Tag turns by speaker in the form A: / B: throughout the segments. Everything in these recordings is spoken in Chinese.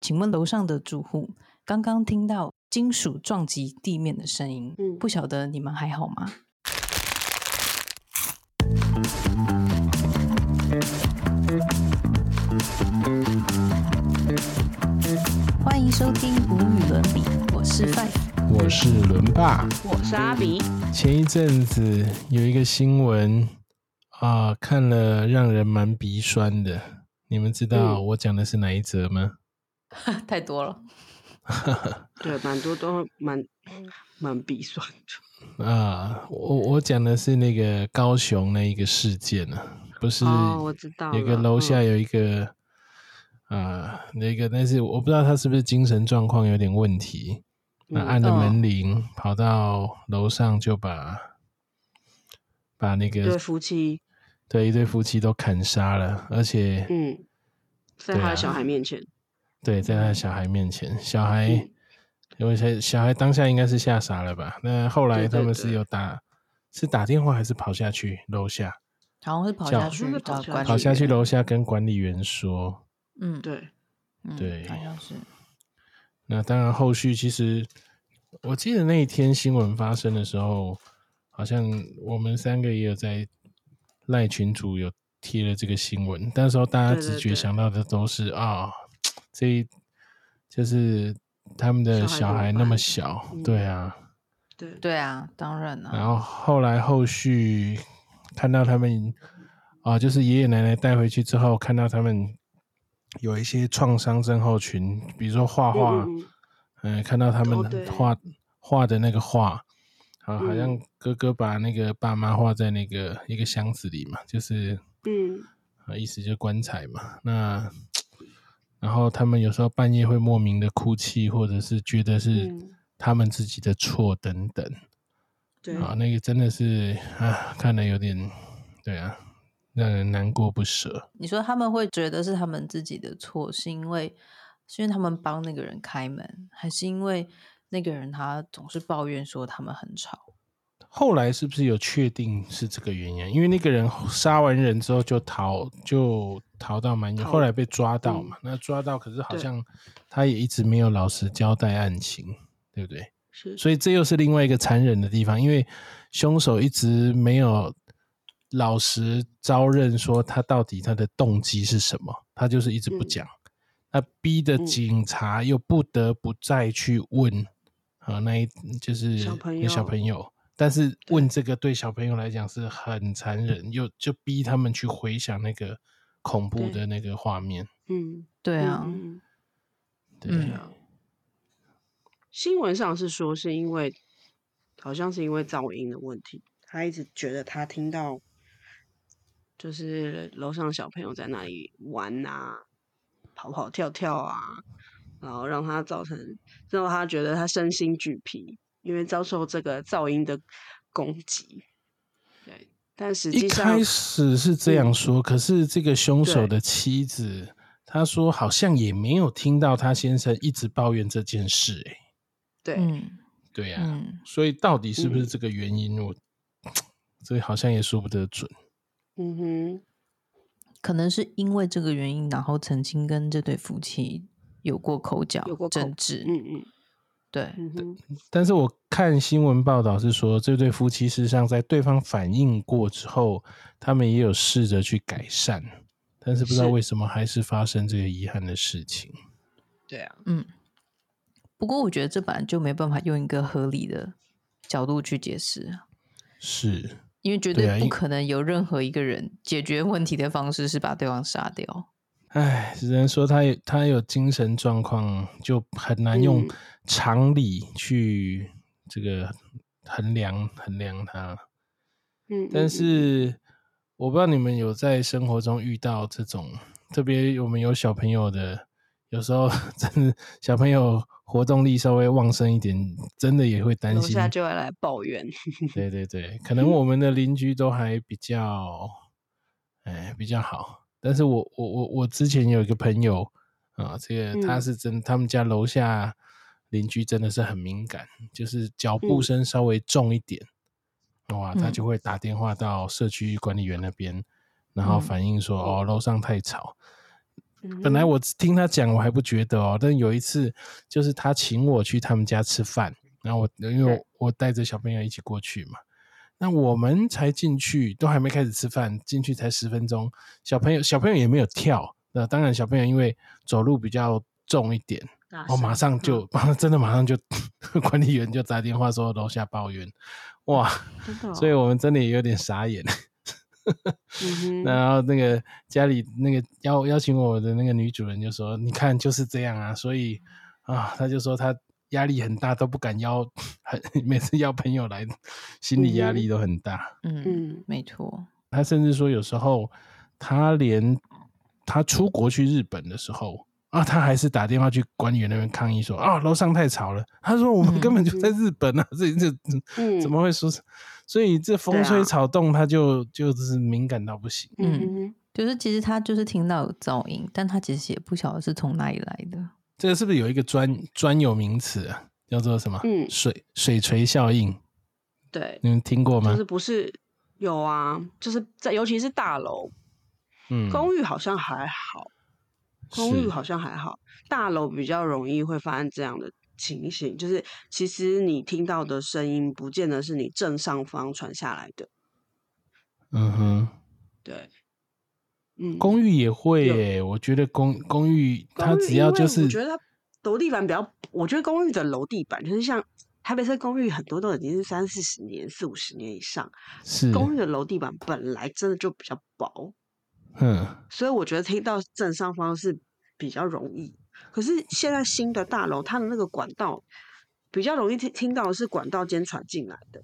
A: 请问楼上的住户刚刚听到金属撞击地面的声音，
B: 嗯
A: 不晓得你们还好吗？欢迎收听无与伦比，我是 Five。
C: 我是伦爸。
B: 我是阿比，
C: 前一阵子有一个新闻啊、看了让人蛮鼻酸的。你们知道
B: 嗯
C: 我讲的是哪一则吗？
A: 太多了，
B: 对，蛮多都蛮蛮鼻酸的。
C: 啊，我我讲的是那个高雄那一个事件啊，不是
B: 哦，我知道了，
C: 有个楼下
B: 嗯
C: 有一个啊、那个，但是我不知道他是不是精神状况有点问题。那
B: 嗯
C: 按了
A: 哦
C: 门铃，跑到楼上就把把那
B: 对
C: 个
B: 夫妻，
C: 对一对夫妻都砍杀了，而且
B: 嗯，在
C: 对
B: 他
C: 啊
B: 的小孩面前，
C: 对，在他的小孩面前，小孩
B: 嗯，
C: 因为小小孩当下应该是吓傻了吧？那后来
B: 对
C: 他
B: 对
C: 们是
B: 对
C: 有打，是打电话还是跑下去楼下？
A: 好像是跑
C: 叫
A: 下去
B: 是
A: 找
B: 跑下
A: 管理
B: 去
C: 跑下去
A: 员，
C: 楼下跟管理员说。
A: 嗯，
B: 对，
A: 嗯
C: 对
A: 好像是，
C: 那当然，后续其实我记得那一天新闻发生的时候，好像我们三个也有在赖群组有贴了这个新闻。那时候大家
B: 对对
C: 直觉
B: 对
C: 想到的都是啊、这一就是他们的
B: 小
C: 小
B: 孩
C: 孩
B: 怎么
C: 那么
B: 办
C: 小，
B: 嗯
C: 对啊。
B: 对，
A: 对啊，当然啊，
C: 然后后来后续看到他们啊、就是爷爷奶奶带回去之后，看到他们有一些创伤症候群，比如说画画，
B: 嗯嗯
C: 嗯、看到他
B: 哦
C: 们
B: 对
C: 画、画的那个画，啊，好
B: 嗯
C: 像哥哥把那个爸妈画在那个一个箱子里嘛，就是
B: 嗯，
C: 啊，意思就是棺材嘛。那然后他们有时候半夜会莫名的哭泣，或者是觉得是
B: 嗯
C: 他们自己的错等等。
B: 对，
C: 啊，那个真的是啊，看了有点，对啊，让人难过不舍。
A: 你说他们会觉得是他们自己的错，是因为是因为他们帮那个人开门，还是因为那个人他总是抱怨说他们很吵？
C: 后来是不是有确定是这个原因？因为那个人杀完人之后就逃，就逃到蛮远，
B: 逃嗯
C: 后来被抓到嘛。那抓到，可是好
B: 对
C: 像他也一直没有老实交代案情，对不对？
B: 是，
C: 所以这又是另外一个残忍的地方，因为凶手一直没有老实招认说他到底他的动机是什么，他就是一直
B: 嗯
C: 不讲，那逼的警察又不得不再去问啊、呃那一就是
B: 小朋友
C: 有小朋友，但是问这个对小朋友来讲是很残忍，又就逼他们去回想那个恐怖的那个画面，
B: 嗯，
A: 对啊，
B: 嗯嗯
C: 对，
A: 嗯
B: 啊新闻上是说是因为，好像是因为噪音的问题，他一直觉得他听到，就是楼上小朋友在那里玩啊，跑跑跳跳啊，然后让他造成，让他觉得他身心俱疲，因为遭受这个噪音的攻击。对，但实际
C: 一
B: 上嗯
C: 开，始是这样说，可是这个凶手
B: 对
C: 的妻子，她说好像也没有听到她先生一直抱怨这件事、欸，
B: 对，啊
A: 嗯
C: 对呀、
A: 嗯，
C: 所以到底是不是
B: 嗯
C: 这个原因，我这好像也说不得准。
B: 嗯哼，
A: 可能是因为这个原因，然后曾经跟这对夫妻有过口角、
B: 有过口
A: 争执，
B: 嗯嗯
A: 对，
B: 嗯哼，
C: 但是我看新闻报道是说，这对夫妻事实上在对方反应过之后，他们也有试着去改善，但是不知道
B: 是
C: 为什么还是发生这个遗憾的事情。
B: 对啊，
A: 嗯。不过我觉得这本来就没办法用一个合理的角度去解释啊，
C: 是，
A: 因为绝
C: 对啊
A: 对不
C: 因
A: 可能有任何一个人解决问题的方式是把对方杀掉。
C: 唉，只能说他有他有精神状况，就很难用
B: 嗯
C: 常理去这个衡量衡量他。
B: 嗯，嗯
C: 但
B: 嗯
C: 是我不知道你们有在生活中遇到这种，特别我们有小朋友的，有时候 真的小朋友活动力稍微旺盛一点，真的也会担
B: 楼
C: 心。
B: 下就会来抱怨，
C: 对对对，可能我们的邻居都还比较，哎，比较好。但是我我我我之前有一个朋友啊，这个他
B: 嗯
C: 是真，他们家楼下邻居真的是很敏感，就是脚步
B: 嗯
C: 声稍微重一点，哇，他
A: 嗯
C: 就会打电话到社区管理员那边，然后
A: 嗯
C: 反映说、哦楼上太吵。本
B: 嗯
C: 来我听他讲我还不觉得哦，但有一次就是他请我去他们家吃饭，然后我因
B: 对
C: 为我我带着小朋友一起过去嘛，那我们才进去都还没开始吃饭，进去才十分钟，小朋友小朋友也没有跳，那当然小朋友因为走路比较重一点，我、马上就、
B: 嗯
C: 马上真的马上就 管理员就打电话说楼下抱怨，哇，
B: 真的哦、
C: 所以我们真的也有点傻眼。
B: 嗯哼，
C: 然后那个家里那个邀邀请我的那个女主人就说：“你看就是这样啊，所以啊，她就说她压力很大，都不敢邀， 很每次邀朋友来，心理压力都很大。
A: 嗯，
B: 嗯，
A: 没错，
C: 她甚至说有时候她连她出国去日本的时候。”啊，她还是打电话去管理员那边抗议说啊，楼上太吵了。她说我们
A: 嗯
C: 根本就在日本啊，这这
B: 嗯
C: 怎么会说是？所以这风
B: 对啊
C: 吹草动，她就就是敏感到不行。
B: 嗯哼
A: 就是其实他就是听到有噪音，但他其实也不晓得是从哪里来的。
C: 这个是不是有一个专专有名词、啊，叫做什么？
B: 嗯
C: 水水锤效应，
B: 对，
C: 你们听过吗？
B: 就是不是有啊，就是在尤其是大楼，
C: 嗯，
B: 公寓好像还好，公
C: 是
B: 寓好像还好，大楼比较容易会发生这样的情形，就是其实你听到的声音，不见得是你正上方传下来的，
C: 嗯哼，
B: 对，嗯，
C: 公寓也会
B: 有
C: 耶、我觉得公公寓
B: 公
C: 它
B: 寓
C: 只
B: 因
C: 要
B: 为
C: 就
B: 我
C: 是
B: 觉得它楼地板比较，我觉得公寓的楼地板就是像台北市公寓很多都已经是三四十年、四五十年以上，
C: 是
B: 公寓的楼地板本来真的就比较薄，
C: 嗯
B: 所以我觉得听到正上方是比较容易。可是现在新的大楼，它的那个管道比较容易听听到的是管道间传进来的，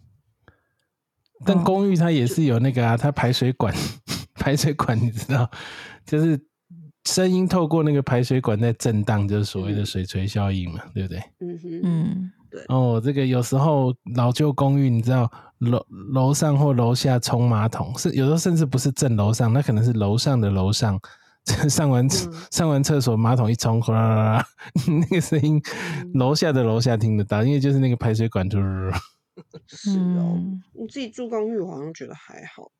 C: 但
B: 嗯
C: 公寓它也是有那个啊，它排水管， 排水管你知道，就是声音透过那个排水管在震荡，就是所谓的
B: 嗯
C: 水锤效应嘛，对不对？
B: 嗯哼，
A: 嗯，
C: 哦，这个有时候老旧公寓，你知道楼楼上或楼下冲马桶是有时候甚至不是正楼上，那可能是楼上的楼上。 上完、厕
B: 嗯
C: 上完厕所，马桶一冲，哗啦啦 啦，那个声音，
B: 嗯
C: 楼下的楼下听得到，因为就是那个排水管，就是
B: 是哦。
A: 嗯
B: 我自己住公寓，我好像觉得还好，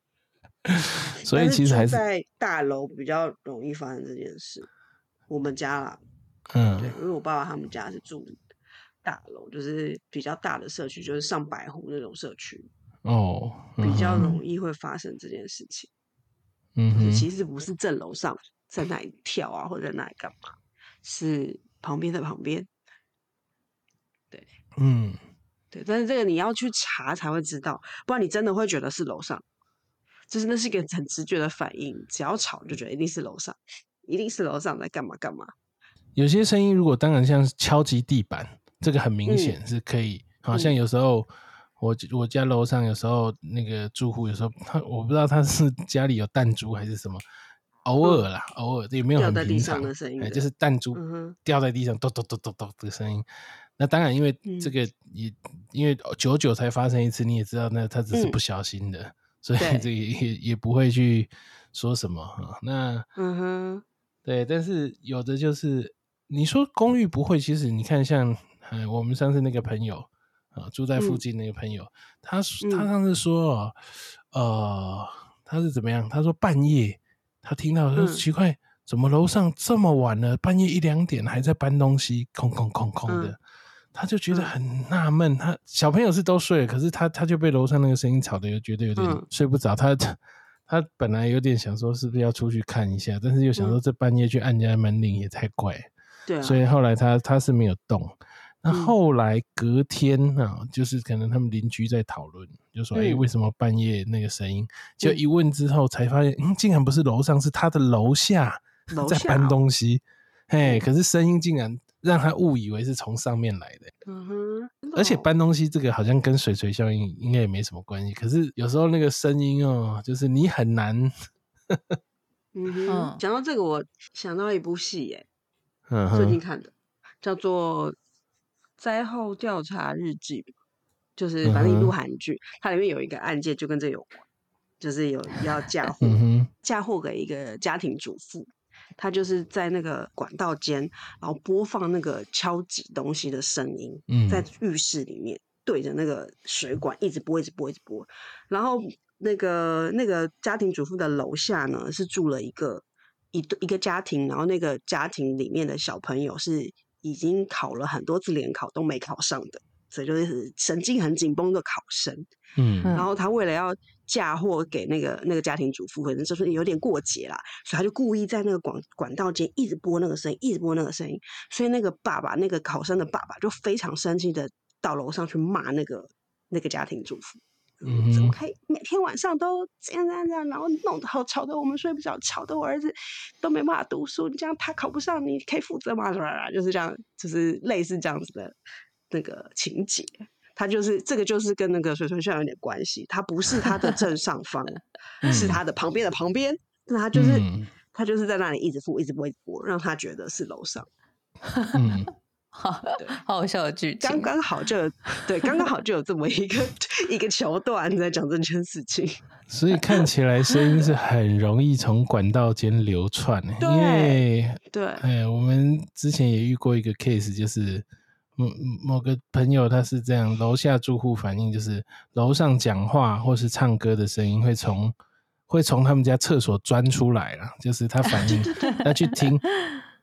C: 所以
B: 但是
C: 其实
B: 住
C: 还是，
B: 在大楼比较容易发生这件事。我们家啦，
C: 嗯
B: 对，因为我爸爸他们家是住大楼，就是比较大的社区，就是上百户那种社区，
C: 哦，嗯
B: 比较
C: 哼
B: 容易会发生这件事情。
C: 嗯
B: 就是
C: 哼，
B: 其实不是正楼上在那里跳啊，或者在那里干嘛，是旁边的旁边。
C: 嗯，
B: 对，但是这个你要去查才会知道，不然你真的会觉得是楼上，就是那是一个很直觉的反应，只要吵你就觉得一定是楼上，一定是楼上在干嘛干嘛。
C: 有些声音如果当然像是敲击地板，这个很明
B: 嗯
C: 显是可以，好像有时候。我我家楼上有时候那个住户有时候他我不知道他是家里有弹珠还是什么，偶尔啦，偶尔也没有
B: 嗯掉
C: 很
B: 在
C: 平
B: 地上
C: 常，
B: 的声音
C: 哎，
B: 的，
C: 就是弹珠
B: 嗯哼
C: 掉在地上咚咚咚咚咚的声音。那当然，因为
B: 嗯
C: 这个也、因为久久才发生一次，你也知道，那他只是
B: 嗯
C: 不小心的，所以
B: 对
C: 这个也也也不会去说什么哈。那
B: 嗯哼，
C: 对，但是有的就是你说公寓不会，其实你看像呃我们上次那个朋友啊，住在附
B: 嗯
C: 近那个朋友，他说他
B: 嗯
C: 上次说哦，呃，他是怎么样？他说半夜他听到说
B: 嗯
C: 奇怪，怎么楼上这么晚了，半夜一两点还在搬东西，空空空空的。
B: 嗯
C: 他就觉得
B: 嗯
C: 很纳闷，他小朋友是都睡了，可是他他就被楼上那个声音吵得有觉得有点
B: 嗯
C: 睡不着。他 他本来有点想说是不是要出去看一下，但是又想说这半夜去按人家门铃也太怪，
B: 嗯对啊，
C: 所以后来他他是没有动。那
B: 嗯
C: 后来隔天啊，就是可能他们邻居在讨论，就说：“哎、
B: 嗯
C: 为什么半夜那个声音？”就
B: 嗯
C: 一问之后才发现，嗯，竟然不是楼上，是他的楼下
B: 楼
C: 在
B: 下
C: 搬
B: 哦
C: 东西。
B: 嗯
C: 嘿，可是声音竟然让他误以为是从上面来的。
B: 嗯哼，真的
C: 而且
B: 哦
C: 搬东西这个好像跟水锤效应应该也没什么关系，可是有时候那个声音哦，就是你很难，
B: 嗯哼
A: 嗯，
B: 讲到这个，我想到一部戏耶，
C: 嗯
B: 最近
C: 哼，
B: 看的，叫做《灾后调查日记》，就是反正一
C: 嗯
B: 部
C: 哼
B: 韩剧，它里面有一个案件就跟这有关，就是有要嫁祸，
C: 嗯哼，
B: 嫁祸给一个家庭主妇，她就是在那个管道间，然后播放那个敲击东西的声音，
C: 嗯，
B: 在浴室里面对着那个水管一直播，一直播，一直播。然后那个那个家庭主妇的楼下呢，是住了一个一对一个家庭，然后那个家庭里面的小朋友是已经考了很多次联考都没考上的，所以就是神经很紧绷的考生。
C: 嗯
A: 嗯
B: 然后他为了要嫁祸给那个那个家庭主妇，可能就是有点过节啦，所以他就故意在那个管管道间一直播那个声音，一直播那个声音，所以那个爸爸，那个考生的爸爸就非常生气的到楼上去骂那个那个家庭主妇。嗯，怎么
C: 嗯哼
B: 可以每天晚上都这样这样这样，然后弄得好吵得我们睡不着，吵得我儿子都没办法读书。你这样他考不上，你可以负责吗？就是这样，就是类似这样子的那个情节。他就是这个，就是跟那个水水校有点关系。他不是 他的正上方，是他的旁边的旁边。那他就是、
C: 嗯
B: 他就是在那里一直播，一直播，一直播，让他觉得是楼上，
C: 嗯，
A: 好
B: 对
A: 好好笑的剧情
B: 刚，刚好就有对，刚刚好就有这么一个一个桥段在讲这件事情。
C: 所以看起来声音是很容易从管道间流窜的，
B: 对
C: 因为
B: 对，
C: 哎，我们之前也遇过一个 case，就是某某个朋友他是这样，楼下住户反映就是楼上讲话或是唱歌的声音会从会从他们家厕所钻出来啦，就是他反映他去听，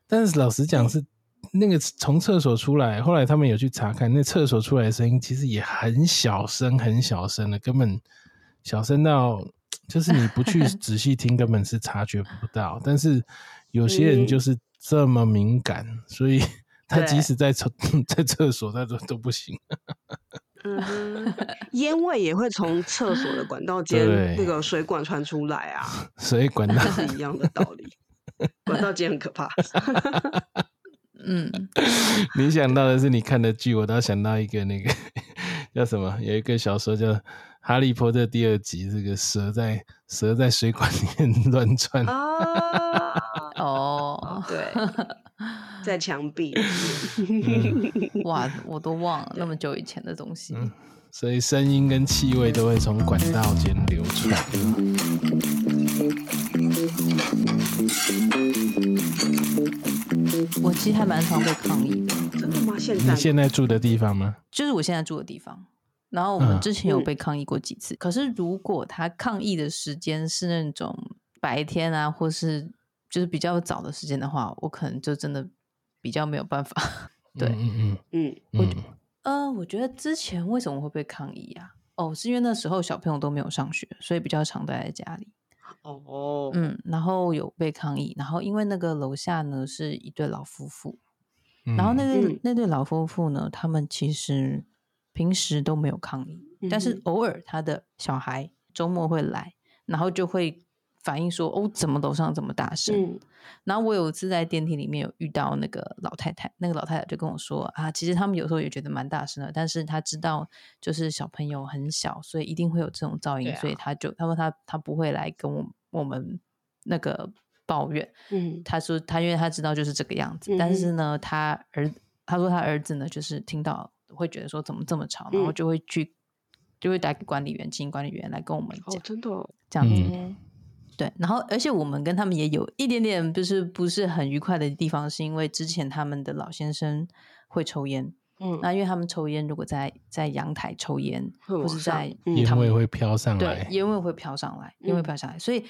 C: 但是老实讲是那个从厕所出来，后来他们有去查看，那厕所出来的声音其实也很小声，很小声的，根本小声到就是你不去仔细听，根本是察觉不到。但是有些人
B: 嗯
C: 就是这么敏感，所 以他
B: 对
C: 即使在厕 在厕所，他都都不行。
B: 嗯哼，烟味也会从厕所的管道
C: 对
B: 间那个水管传出来啊，
C: 所以管 道
B: 是一样的道理。管道间很可 怕，
A: 嗯，
C: 你想到的是你看的剧，我倒想到一个那个叫什么，有一个小说叫《哈利波特》第二集，这个蛇在蛇在水管里面 乱窜。
B: 哦啊，
A: 哦，
B: 对，在墙壁，
C: 嗯
A: 哇，我都忘了那么久以前的东西。
C: 嗯所以声音跟气味都会从管道间流出来。
B: 嗯
A: 我其实还蛮常被抗议的，
B: 真的吗？现在
C: 你现在住的地方吗？
A: 就是我现在住的地方。然后我们
C: 嗯
A: 之前有
B: 嗯
A: 被抗议过几次，可是如果他抗议的时间是那种白天啊，或是就是比较早的时间的话，我可能就真的比较没有办法。对
C: 嗯
B: 嗯，
C: 嗯嗯
A: 呃，我觉得之前为什么会被抗议啊？哦，是因为那时候小朋友都没有上学，所以比较常待在家里。
B: 哦，
A: 嗯，然后有被抗议，然后因为那个楼下呢是一对老夫妇，
C: 嗯。
A: 然后那对、
B: 嗯
A: 那对老夫妇呢，他们其实平时都没有抗议，但
B: 嗯
A: 是偶尔他的小孩周末会来，然后就会反映说：“哦，怎么楼上这么大声？”
B: 嗯
A: 然后我有一次在电梯里面有遇到那个老太太，那个老太太就跟我说啊，其实他们有时候也觉得蛮大声的，但是她知道就是小朋友很小，所以一定会有这种噪音，
B: 对啊
A: 所以她就她说她她不会来跟我我们那个抱怨。
B: 嗯
A: 她说她因为她知道就是这个样子，但是呢，她儿她说她儿子呢就是听到会觉得说怎么这么吵，然后
B: 嗯
A: 就会去就会打给管理员，请管理员来跟我们
B: 哦
A: 讲，
B: 真的哦，
A: 这样子。
C: 嗯
B: 嗯
A: 对，然后而且我们跟他们也有一点点就是不是很愉快的地方，是因为之前他们的老先生会抽烟，
B: 嗯，
A: 那因为他们抽烟，如果在在阳台抽烟，
B: 会
A: 或
B: 往
A: 是
B: 上
A: 在
B: 嗯
C: 烟
A: 他们
C: 味会飘上
A: 对
C: 来，
A: 烟味会飘上来，烟味
B: 嗯
A: 飘上来，所以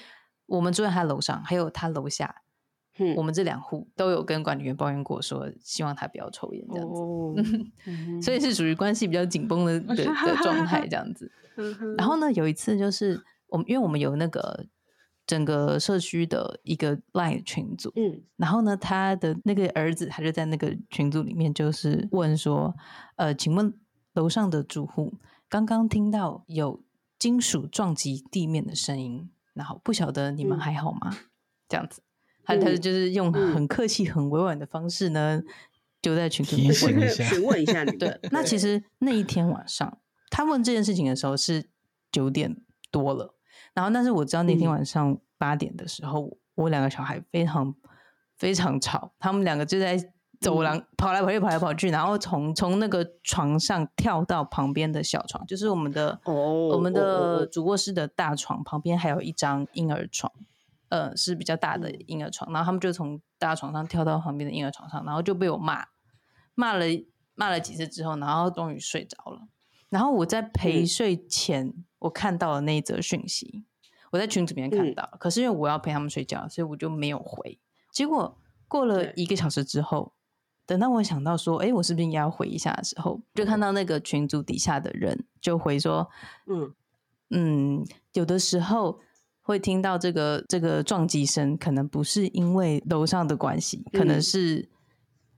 A: 我们住在他楼上，还有他楼下，
B: 嗯
A: 我们这两户都有跟管理员抱怨过，说希望他不要抽烟这样子，嗯
B: 哦，
A: 所以是属于关系比较紧 绷的的的状态这样子。
B: 以
A: 然后呢，有一次就是我们，因为我们有那个整个社区的一个 LINE 群组，
B: 嗯
A: 然后呢，他的那个儿子他就在那个群组里面就是问说，呃，请问楼上的住户刚刚听到有金属撞击地面的声音，然后不晓得你们
B: 嗯
A: 还好吗？这样子，他他
B: 嗯
A: 就是用
B: 嗯
A: 很客气、很委婉的方式呢，就在群组里
C: 提
A: 面
C: 醒
A: 问
C: 一下
B: 询问一下你们，
A: 对，那其实那一天晚上他问这件事情的时候是九点多了，然后但是我知道那天
B: 嗯
A: 晚上八点的时候，我两个小孩非常非常吵，他们两个就在走廊、
B: 嗯
A: 跑来跑去，跑来跑去，然后从从那个床上跳到旁边的小床，就是我们的
B: 哦
A: 我们
B: 哦
A: 的
B: 哦
A: 主卧室的大床旁边还有一张婴儿床，呃，是比较大的婴儿床。然后他们就从大床上跳到旁边的婴儿床上，然后就被我骂，骂了骂了几次之后，然后终于睡着了。然后我在陪
B: 嗯
A: 睡前，我看到了那一则讯息，我在群组里面看到，可是因为我要陪他们睡觉，所以我就没有回。结果过了
B: 对
A: 一个小时之后，等到我想到说，哎，我是不是应该要回一下的时候，就看到那个群组底下的人就回说，
B: 嗯，
A: 嗯，有的时候会听到这个这个撞击声，可能不是因为楼上的关系，可能
B: 嗯
A: 是、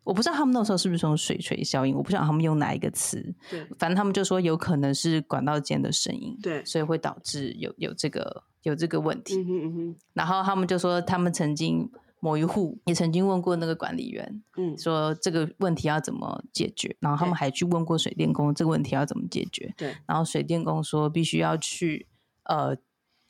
A: 我不知道他们那时候是不是用水锤效应，我不知道他们用哪一个词，
B: 对
A: 反正他们就说有可能是管道间的声音，
B: 对
A: 所以会导致有有这个有这个问题。
B: 嗯哼嗯哼，
A: 然后他们就说他们曾经某一户也曾经问过那个管理员，
B: 嗯，
A: 说这个问题要怎么解决，然后他们
B: 对
A: 还去问过水电工这个问题要怎么解决，
B: 对，
A: 然后水电工说必须要去呃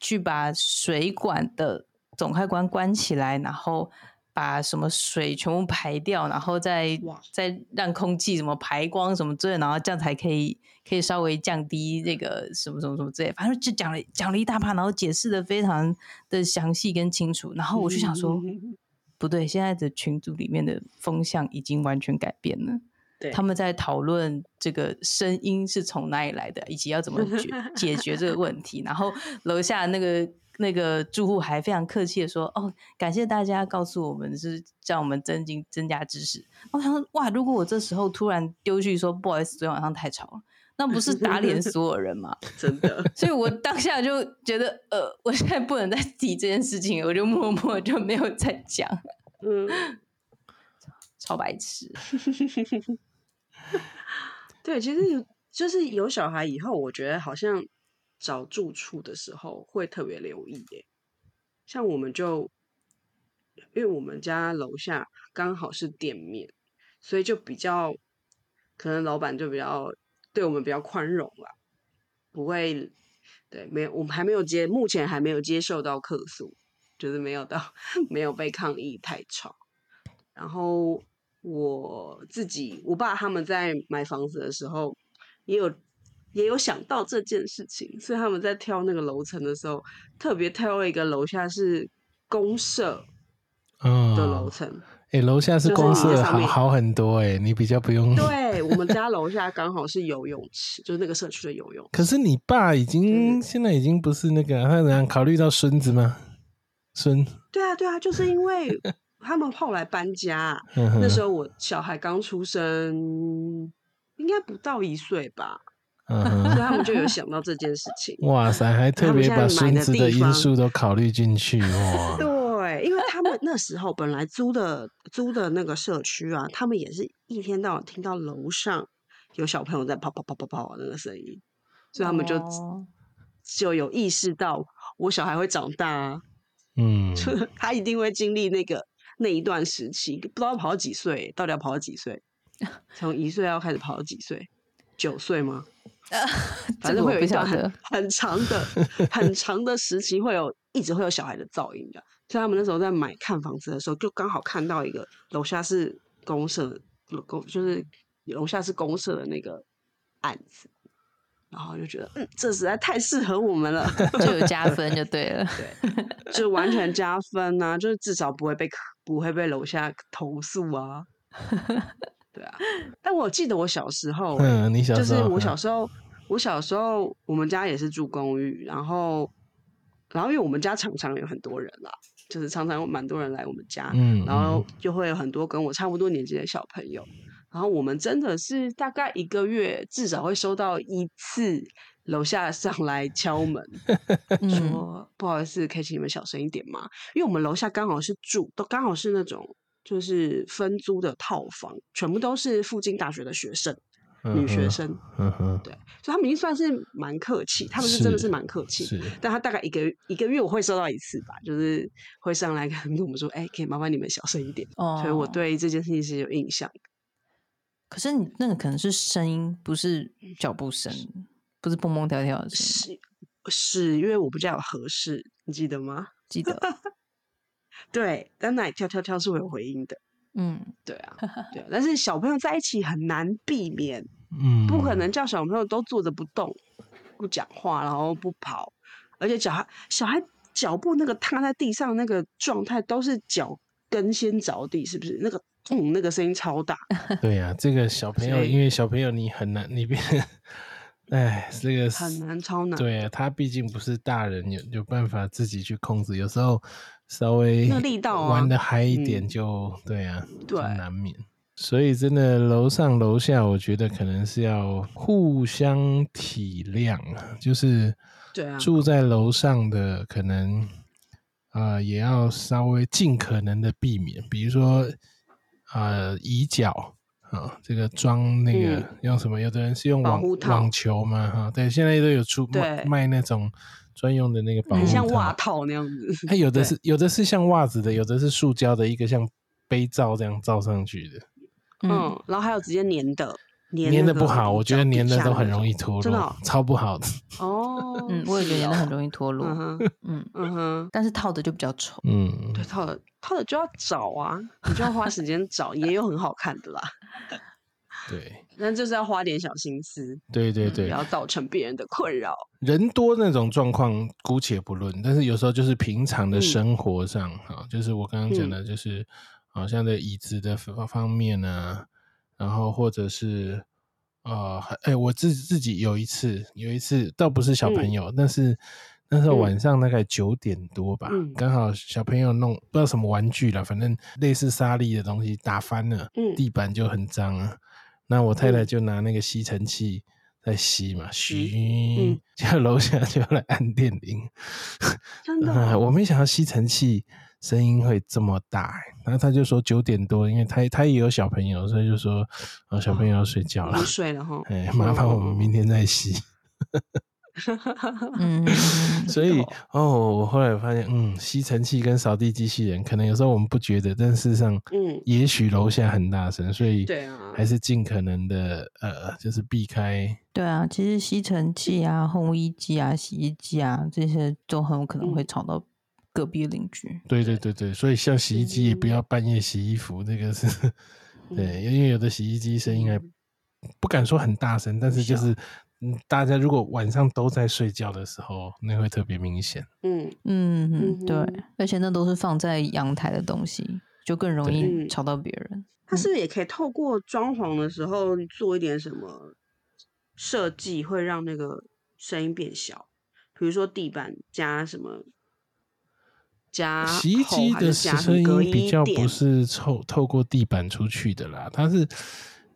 A: 去把水管的总开关关起来，然后把什么水全部排掉，然后再
B: 哇
A: 再让空气什么排光什么之类，然后这样才可以可以稍微降低这个什么什么什么之类，反正就讲了讲了一大趴，然后解释的非常的详细跟清楚，然后我就想说。不对，现在的群组里面的风向已经完全改变了。
B: 对
A: 他们在讨论这个声音是从哪里来的，以及要怎么解解决 这个问题。然后楼下那个那个住户还非常客气的说：“哦，感谢大家告诉我们，是让我们增进增加知识。”我想说，哇，如果我这时候突然丢去说“不好意思，昨天晚上太吵了”，那不是打脸所有人吗？
B: 真的，
A: 所以我当下就觉得，呃，我现在不能再提这件事情了，我就默默就没有再讲。
B: 嗯，
A: 超白痴。
B: 对，其实就是有小孩以后，我觉得好像找住处的时候会特别留意耶。像我们就，因为我们家楼下刚好是店面，所以就比较，可能老板就比较对我们比较宽容啦，不会，对，没有，我们还没有接，目前还没有接受到客诉，就是没有到 没有被抗议太吵。然后我自己，我爸他们在买房子的时候，也有也有想到这件事情，所以他们在挑那个楼层的时候，特别挑了一个楼下是公社
C: 嗯，
B: 的楼层。
C: 哎，楼下是
B: 就是
C: 公
B: 你
C: 社
B: 在上
C: 好
B: 面
C: 好很多哎，你比较不用。
B: 对我们家楼下刚好是游泳池，就是那个社区的游泳池。
C: 可是你爸已经现在已经不是那个啊，他怎样考虑到孙子吗？孙，
B: 对啊，对啊，就是因为他们后来搬家，
C: 那
B: 那时候我小孩刚出生，应该不到一岁吧，所以 他们就有想到这件事情。
C: 嗯哇塞，还特别把孙子的因素都考虑进去哇！
B: 对，因为他们那时候本来租的租的那个社区啊，他们也是一天到晚听到楼上有小朋友在跑跑跑跑跑的那个声音，所以他们就、
A: 哦
B: 就有意识到我小孩会长大、啊，
C: 嗯，
B: 他一定会经历那个那一段时期，不知道跑到几岁，到底要跑到几岁？从一岁要开始跑到几岁？九岁吗？反
A: 这个
B: 正
A: 我
B: 会有
A: 不
B: 一
A: 晓
B: 段
A: 得
B: 很很长的、很长的时期，会有一直会有小孩的噪音的。所以他们那时候在买看房子的时候，就刚好看到一个楼下是公社，楼公就是楼下是公社的那个案子，然后就觉得嗯，这实在太适合我们了，
A: 就有加分就对 了。
B: 对，就完全加分呐、就是至少不会被不会被楼下投诉啊。对啊，但我记得我小时 候、
C: 嗯，你小
B: 就是
C: 时候
B: 我小时候，我小时候我们家也是住公寓，然后然后因为我们家常常有很多人啦，就是常常有蛮多人来我们家，
C: 嗯，
B: 然后就会有很多跟我差不多年纪的小朋友，然后我们真的是大概一个月至少会收到一次楼下上来敲门，
A: 嗯，
B: 说不好意思，可以请你们小声一点吗？因为我们楼下刚好是住，都刚好是那种。就是分租的套房，全部都是附近大学的学生，女学，生，
C: 嗯哼，
B: 对，所以他们已经算是蛮客气，他们是真的是蛮客气。
C: 是
B: 但他大概一个一个月我会收到一次吧，就是会上来跟我们说，哎、可以麻烦你们小声一点。
A: 哦
B: 所以我，对这件事情是有印象的。
A: 可是你那个可能是声音，不是脚步声，不是蹦蹦跳跳的声音，
B: 是是因为我不知道有合适，你记得吗？
A: 记得，
B: 对，但那里跳跳跳是会有回音的。
A: 嗯，
B: 对啊，对啊，但是小朋友在一起很难避免，
C: 嗯，
B: 不可能叫小朋友都坐着不动、不讲话，然后不跑，而且小孩小孩脚步那个踏在地上那个状态都是脚跟先着地，是不是？那个嗯，那个声音超大，
C: 对呀、这个小朋友，
B: 所以
C: 因为小朋友你很难，你变 哎，这个
B: 很
C: 是
B: 难超难。
C: 对啊，他毕竟不是大人，有有办法自己去控制，有时候稍微
B: 那力道啊
C: 玩的嗨一点
B: 嗯
C: 就、对啊，
B: 对
C: 就难免。所以真的楼上楼下，我觉得可能是要互相体谅啊，就是
B: 对啊
C: 住在楼上的可能呃也要稍微尽可能的避免，比如说呃移脚。啊，这个装那个、
B: 嗯
C: 用什么？有的人是用
B: 保
C: 网
B: 护套
C: 网球嘛，哈、对，现在都有出卖
B: 对
C: 卖那种专用的那个保
B: 很
C: 护套，
B: 像袜套那样子。
C: 哎它有的
B: 对
C: 是有的是像袜子的，有的是塑胶的，一个像杯罩这样罩上去的，
A: 嗯，
B: 嗯，然后还有直接粘的，粘
C: 粘的
B: 的
C: 不好，我觉得粘的都很容易脱落，
B: 真的哦
C: 超不好的。
B: 哦。
A: 嗯，我也觉得
B: 是
A: 粘
B: 哦
A: 的很容易脱落，
B: 嗯 哼，
A: 嗯，
B: 嗯哼，
A: 但是套的就比较 丑，
C: 嗯，
B: 对，套的套的就要找啊，你就要花时间找，也有很好看的啦，
C: 对
B: 但就是要花点小心思，
C: 对对
A: 嗯
B: 不
C: 对，
B: 要造成别人的困扰。
C: 人多那种状况姑且不论，但是有时候就是平常的
B: 嗯
C: 生活上啊、就是我刚刚讲的，就是好像的椅子的方方面啊，然后或者是呃，还哎，我自自己有一次，有一次倒不是小
B: 嗯
C: 朋友，但是那时候晚上大概九点多吧，
B: 嗯
C: 刚好小朋友弄不知道什么玩具了，反正类似沙粒的东西打翻了，
B: 嗯
C: 地板就很脏啊。那我太太
B: 嗯
C: 就拿那个吸尘器在吸嘛，嘘、
B: 嗯
C: 就楼下就来按电铃。
B: 真的
C: 哎
B: 哦，
C: 我没想到吸尘器声音会这么大、哎然后他就说九点多，因为他他也有小朋友，所以就说哦小朋友要睡觉了
B: 你，睡了哈。
C: 哎、麻烦我们明天再吸。
B: 哦
A: 嗯，嗯 嗯
C: 所以哦，我后来发现，嗯，吸尘器跟扫地机器人，可能有时候我们不觉得，但事实上，
B: 嗯
C: 也许楼下很大声，所以
B: 对啊
C: 还是尽可能的，呃，就是避开，
A: 对啊，其实吸尘器啊、烘衣机啊、洗衣机啊这些都很有可能会
B: 嗯
A: 吵到隔壁邻居。
C: 对对对对，所以像洗衣机也不
B: 嗯
C: 要半夜洗衣服，这个是， 对，因为有的洗衣机声音还
B: 嗯
C: 不敢说很大声，但是就是，嗯，大家如果晚上都在睡觉的时候，那会特别明显，
B: 嗯
A: 嗯，嗯
B: 嗯哼
A: 对，而且那都是放在阳台的东西，就更容易
B: 对嗯
A: 吵到别人。
C: 嗯
B: 它是不是也可以透过装潢的时候做一点什么设计，会让那个声音变小？比如说地板加什么加
C: 洗衣
B: 厚
C: 机
B: 还
C: 的
B: 是加
C: 声
B: 什么隔
C: 音比
B: 音
C: 较
B: 垫
C: 不是透透过地板出去的啦，它是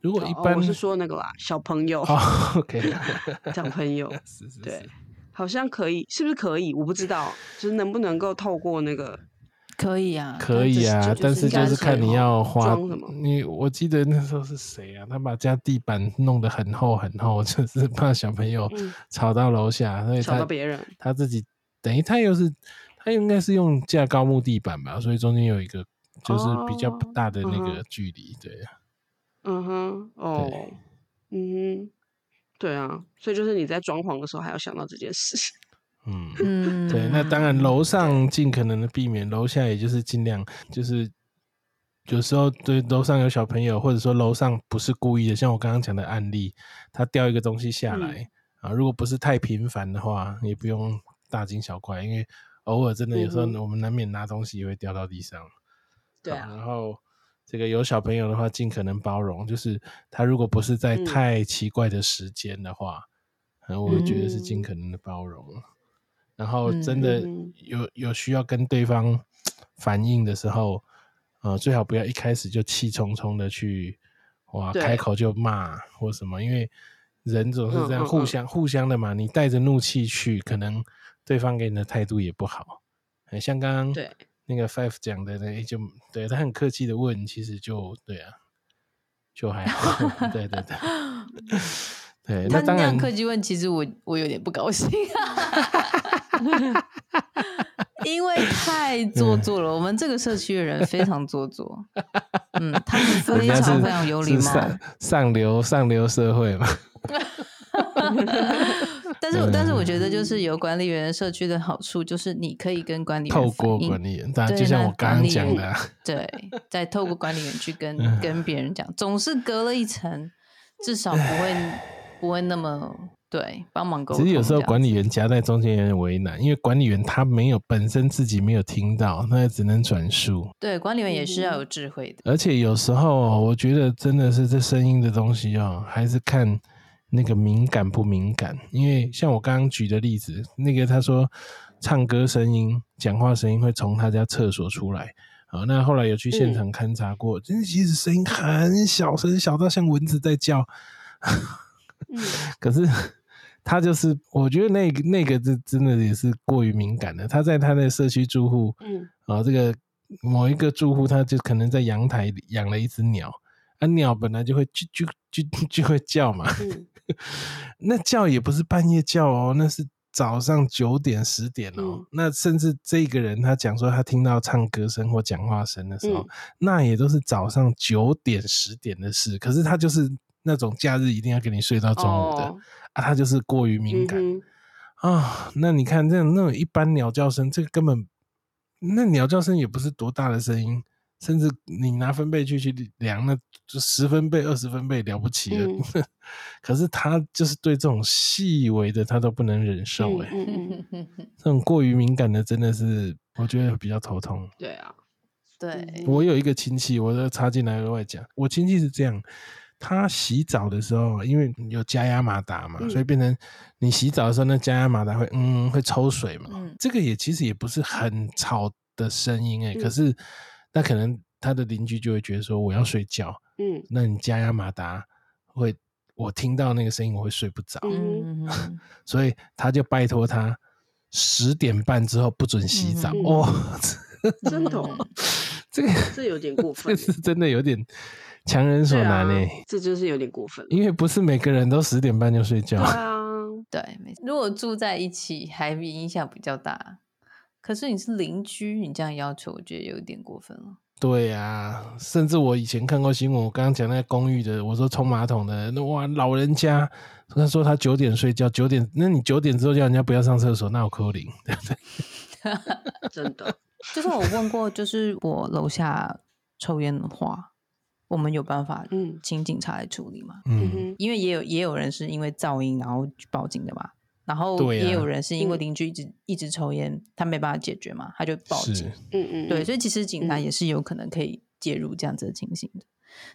C: 如果一
B: 哦
C: 般、
B: 我是说那个啦，小朋友，
C: 哦，OK，
B: 小朋友，
C: 是是是
B: 对，好像可以，是不是可以？我不知道，就是能不能够透过那 个，
A: 可以啊，
C: 可以啊，但
A: 但
C: 是
A: 是
C: 就
A: 就是是
C: 看你要花
B: 哦装什么
C: 你，我记得那时候是谁啊？他把家地板弄得很厚很厚， 就是怕小朋友
B: 嗯
C: 吵到楼下，所以
B: 吵
C: 他
B: 到别人
C: 他自己等于他又是他应该是用架高木地板吧，所以中间有一个就是比较
B: 哦
C: 大的那
B: 嗯
C: 个
B: 哼
C: 距离，对啊，
B: 嗯哼，哦，嗯哼，对啊，所以就是你在装潢的时候还要想到这件事，
C: 嗯。
A: 嗯，
C: 对，那当然，楼上尽可能的避免，楼下也就是尽量就是。有时候对楼上有小朋友，或者说楼上不是故意的，像我刚刚讲的案例，他掉一个东西下
B: 嗯
C: 来、啊，如果不是太频繁的话，也不用大惊小怪，因为偶尔真的有时候
B: 嗯哼
C: 我们难免拿东西也会掉到地上。
B: 对
C: 好
B: 啊，
C: 然后这个有小朋友的话，尽可能包容，就是他如果不是在
B: 嗯
C: 太奇怪的时间的话，嗯，我觉得是
B: 嗯
C: 尽可能的包容。然后真
A: 嗯
C: 的
B: 嗯
C: 有有需要跟对方反应的时候，呃，最好不要一开始就气冲冲的去哇
B: 对
C: 开口就骂或什么，因为人总是这
B: 嗯
C: 样
B: 嗯
C: 互
B: 嗯
C: 相、互相的嘛，你带着怒气去，可能对方给你的态度也不好。很像刚刚
B: 对
C: 那个 Five 讲的那哎就对他很客气的问，其实就对啊，就还 好，对对 对，对，
A: 他
C: 那当
A: 那
C: 然
A: 样客气问，其实我我有点不高兴，啊 因为太
C: 嗯
A: 做作了。我们这个社区的人非常做 作，嗯，他们非
C: 人家是
A: 常非常有礼
C: 是
A: 貌。
C: 上上流上流社会嘛，
A: 但
C: 嗯
A: 是，但是我觉得就是有管理员社区的好处，就是你可以跟管理员
C: 透过
A: 反映
C: 管理员，当然
A: 对
C: 就像
A: 那
C: 我刚
A: 管
C: 刚
A: 理
C: 讲的、啊，
A: 对，再透过管理员去跟
C: 嗯
A: 跟别人讲，总是隔了一层，至少不会不会那么对帮忙沟
C: 只
A: 通这
C: 是
A: 样。
C: 有时候管理员夹在中间有点为难，因为管理员他没有本身自己没有听到，那只能转述。
A: 对管理员也是要有智慧的。
C: 而且有时候哦我觉得真的是这声音的东西哦，还是看那个敏感不敏感，因为像我刚刚举的例子，那个他说唱歌声音、讲话声音会从他家厕所出来。啊，那后来有去现场勘察过，真、其实声音很小声，小到像蚊子在叫。
B: 嗯，
C: 可是 他就是，我觉得那个那个真真的也是过于敏感了。他在他的社区住户，
B: 嗯
C: 啊，这个某一个住户，他就可能在阳台里养了一只鸟，啊，鸟本来就会啾啾啾啾就会叫嘛，
B: 嗯
C: 那叫也不是半夜叫哦，那是早上九点十点哦。
B: 嗯
C: 那甚至这个人他讲说他听到唱歌声或讲话声的时候，
B: 嗯
C: 那也都是早上九点十点的事。可是他就是那种假日一定要给你睡到中午的、
B: 哦
C: 啊，他就是过于敏感。
B: 嗯
C: 啊，那你看这种那种一般鸟叫声，这个根本那鸟叫声也不是多大的声音，甚至你拿分贝去去量，那就十分贝、二十分贝了不起了。 可是他就是对这种细微的他都不能忍
B: 哼
C: 受、欸，哎、
B: 嗯嗯 嗯，
C: 这种过于敏感的真的是我觉得比较头痛。
B: 对啊，
A: 对，
C: 我有一个亲戚，我就插进来额外讲，我亲戚是这样，他洗澡的时候，因为有加压马达嘛，
B: 嗯
C: 所以变成你洗澡的时候，那加压马达会嗯会抽水嘛，
A: 嗯
C: 这个也其实也不是很吵的声音哎、
B: 嗯
C: 可是那可能他的邻居就会觉得说我要睡觉，
B: 嗯
C: 那你加压马达会我听到那个声音我会睡不着，
B: 嗯
A: 嗯哼，
C: 所以他就拜托他十点半之后不准洗澡、
B: 嗯
C: 哦，
B: 哼，真的哦，
A: 嗯
C: 这个。
B: 这有点过分
C: 这
B: 欸，
C: 是真的有点强人所
B: 对
C: 难
B: 啊
C: 呢、，
B: 这就是有点过分了，
C: 因为不是每个人都十点半就睡
B: 对
C: 觉。
B: 啊，
A: 对，没错如果住在一起，还比影响比较大。可是你是邻居，你这样要求，我觉得有点过分了。
C: 对呀、啊，甚至我以前看过新闻，我刚刚讲那个公寓的，我说冲马桶的，那哇老人家，他说他九点睡觉，九点，那你九点之后叫人家不要上厕所，那我扣零。
B: 真 的，
A: 就是我问过，就是我楼下抽烟的话，我们有办法
B: 嗯
A: 请警察来处理吗？
B: 嗯
C: 嗯，
B: 哼，
A: 因为也有也有人是因为噪音然后去报警的嘛，然后
C: 对
A: 也
C: 啊
A: 有人是因为
B: 嗯
A: 邻居一直、一直抽烟，他没办法解决嘛，他就报警
C: 是。，
B: 嗯嗯，
A: 对，
B: 嗯
A: 所以其实警察
B: 嗯
A: 也是有可能可以介入这样子的情形的，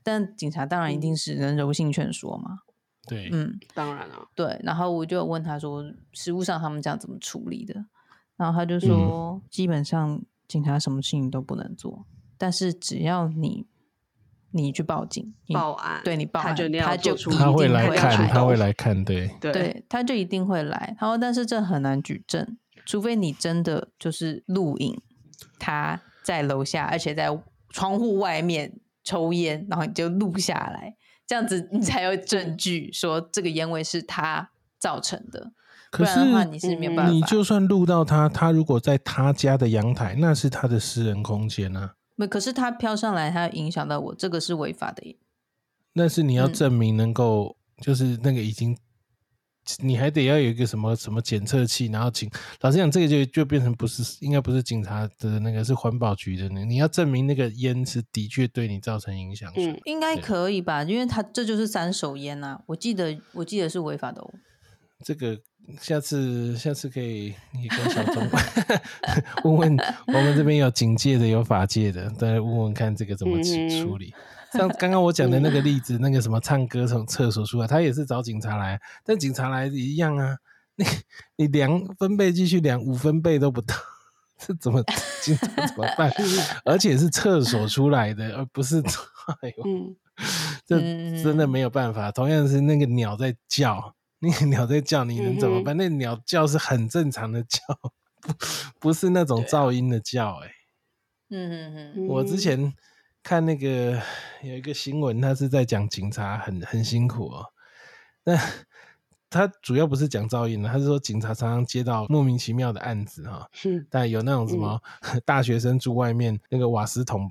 A: 但警察当然一定
B: 嗯
A: 是能柔性劝说嘛。
C: 对，
A: 嗯，
B: 当然啊，
A: 对。然后我就有问他说，实务上他们这样怎么处理的？然后他
B: 嗯
A: 就说，基本上警察什么事情都不能做，但是只要你你去报警，你
B: 报案，
A: 对你报
B: 他
A: 案，
B: 就那
A: 他
B: 样
A: 就
B: 做出
A: 一
C: 他会
A: 定
C: 来
A: 会
C: 看，
A: 来
C: 他会来看，对，
B: 对，
A: 对，他就一定会来。他说，但是这很难举证，除非你真的就是录影，他在楼下，而且在窗户外面抽烟，然后你就录下来，这样子你才有证据说这个烟味是他造成的。不
C: 可
A: 然的话，
C: 是
A: 你是没有
B: 嗯
A: 办法。
C: 你就算录到他，他如果在他家的阳台，那是他的私人空间啊。
A: 没可是他飘上来，他影响到我，这个是违法的耶。
C: 但是你要
A: 嗯
C: 证明能够，就是那个已经，你还得要有一个什么什么检测器，然后请老实讲，这个就就变成不是应该不是警察的那个，是环保局的那个，你要证明那个烟是的确对你造成影响。
B: 嗯，
A: 应该
C: 对
A: 可以吧？因为他这就是三手烟呐、我记得我记得是违法的哦。
C: 这个下次下次可以你跟小钟 问问，我们这边有警戒的，有法界的，大家问问看这个怎么
B: 嗯
C: 去
B: 哼嗯
C: 处理。像刚刚我讲的那个例子，那个什么唱歌从厕所出来，他也是找警察来，但警察来一样啊，你你量分贝继续量五分贝都不到，这怎么 警察怎么 办？而且是厕所出来的，而不是，哎呦，
B: 嗯
C: 这
A: 嗯
C: 真的没有办法。同样是那个鸟在叫，那个鸟在叫，你能怎
A: 嗯
C: 么办？那鸟叫是很正常的叫， 不不是那种噪音的叫、欸。
A: 嗯嗯啊嗯。
B: 嗯，
C: 我之前看那个有一个新闻，他是在讲警察很很辛苦哦。那他主要不是讲噪音的，他是说警察常常接到莫名其妙的案子哈、
B: 嗯
C: 但有那种什么、
A: 嗯
C: 大学生住外面，那个瓦斯桶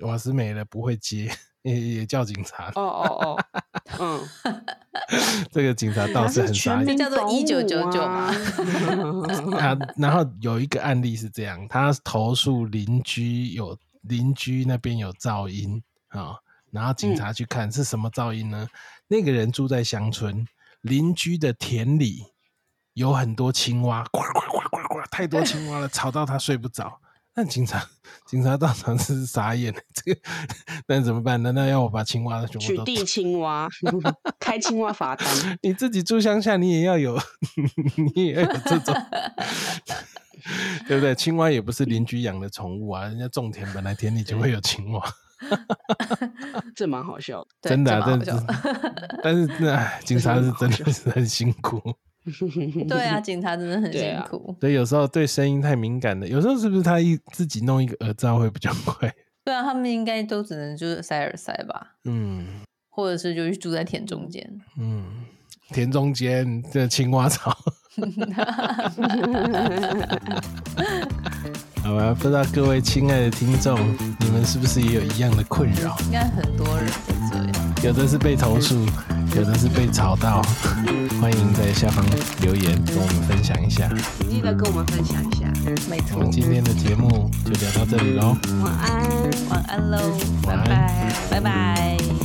C: 瓦斯没了不会接，也也叫警察。
B: 哦哦哦，嗯。
C: 这个警察
B: 啊
C: 倒是很傻眼
A: 民这叫做
B: 保
A: 1999
B: 姆啊
C: 啊。然后有一个案例是这样，他投诉邻居有邻居那边有噪音啊、然后警察去看是什么噪音呢？那个人住在乡村，邻居的田里有很多青蛙，呱呱呱呱呱，太多青蛙了，吵到他睡不着。但警察 警察到场是傻眼，这个 那怎么办？难道要我把青蛙全部
B: 取
C: 都？
B: 缔青 蛙，开青蛙罚单。
C: 你自己住乡下，你也要有， 你也要有 这种，对不对？青蛙也不是邻居养的宠物啊，人家种田本来田里就会有青蛙，
B: 这蛮好笑的。
A: 对
C: 真
A: 这
C: 的、啊，真
A: 蛮好
C: 的
A: 笑的。
C: 是。但是那哎警察是真的是很辛苦，
A: 对啊，警察真的很
B: 对
A: 辛
B: 啊
A: 苦。
C: 所以有时候对声音太敏感的，有时候是不是他一自己弄一个耳罩会比较快？
A: 对啊，他们应该都只能就是塞耳塞吧，
C: 嗯
A: 或者是就是住在田中间。
C: 嗯，田中间这青蛙草。
A: 啊
C: 好吧，不知道各位亲爱的听众，你们是不是也有一样的困扰？
A: 应该很多人在这里。
C: 有的是被投诉，有的是被吵到。欢迎在下方留言跟我们分享一下。
B: 记得跟我们分享一下。
A: 没
C: 我
A: 错
C: 们，今天的节目就聊到这里喽。
B: 晚安。
A: 嗯晚安喽，
C: 晚安
A: 拜拜。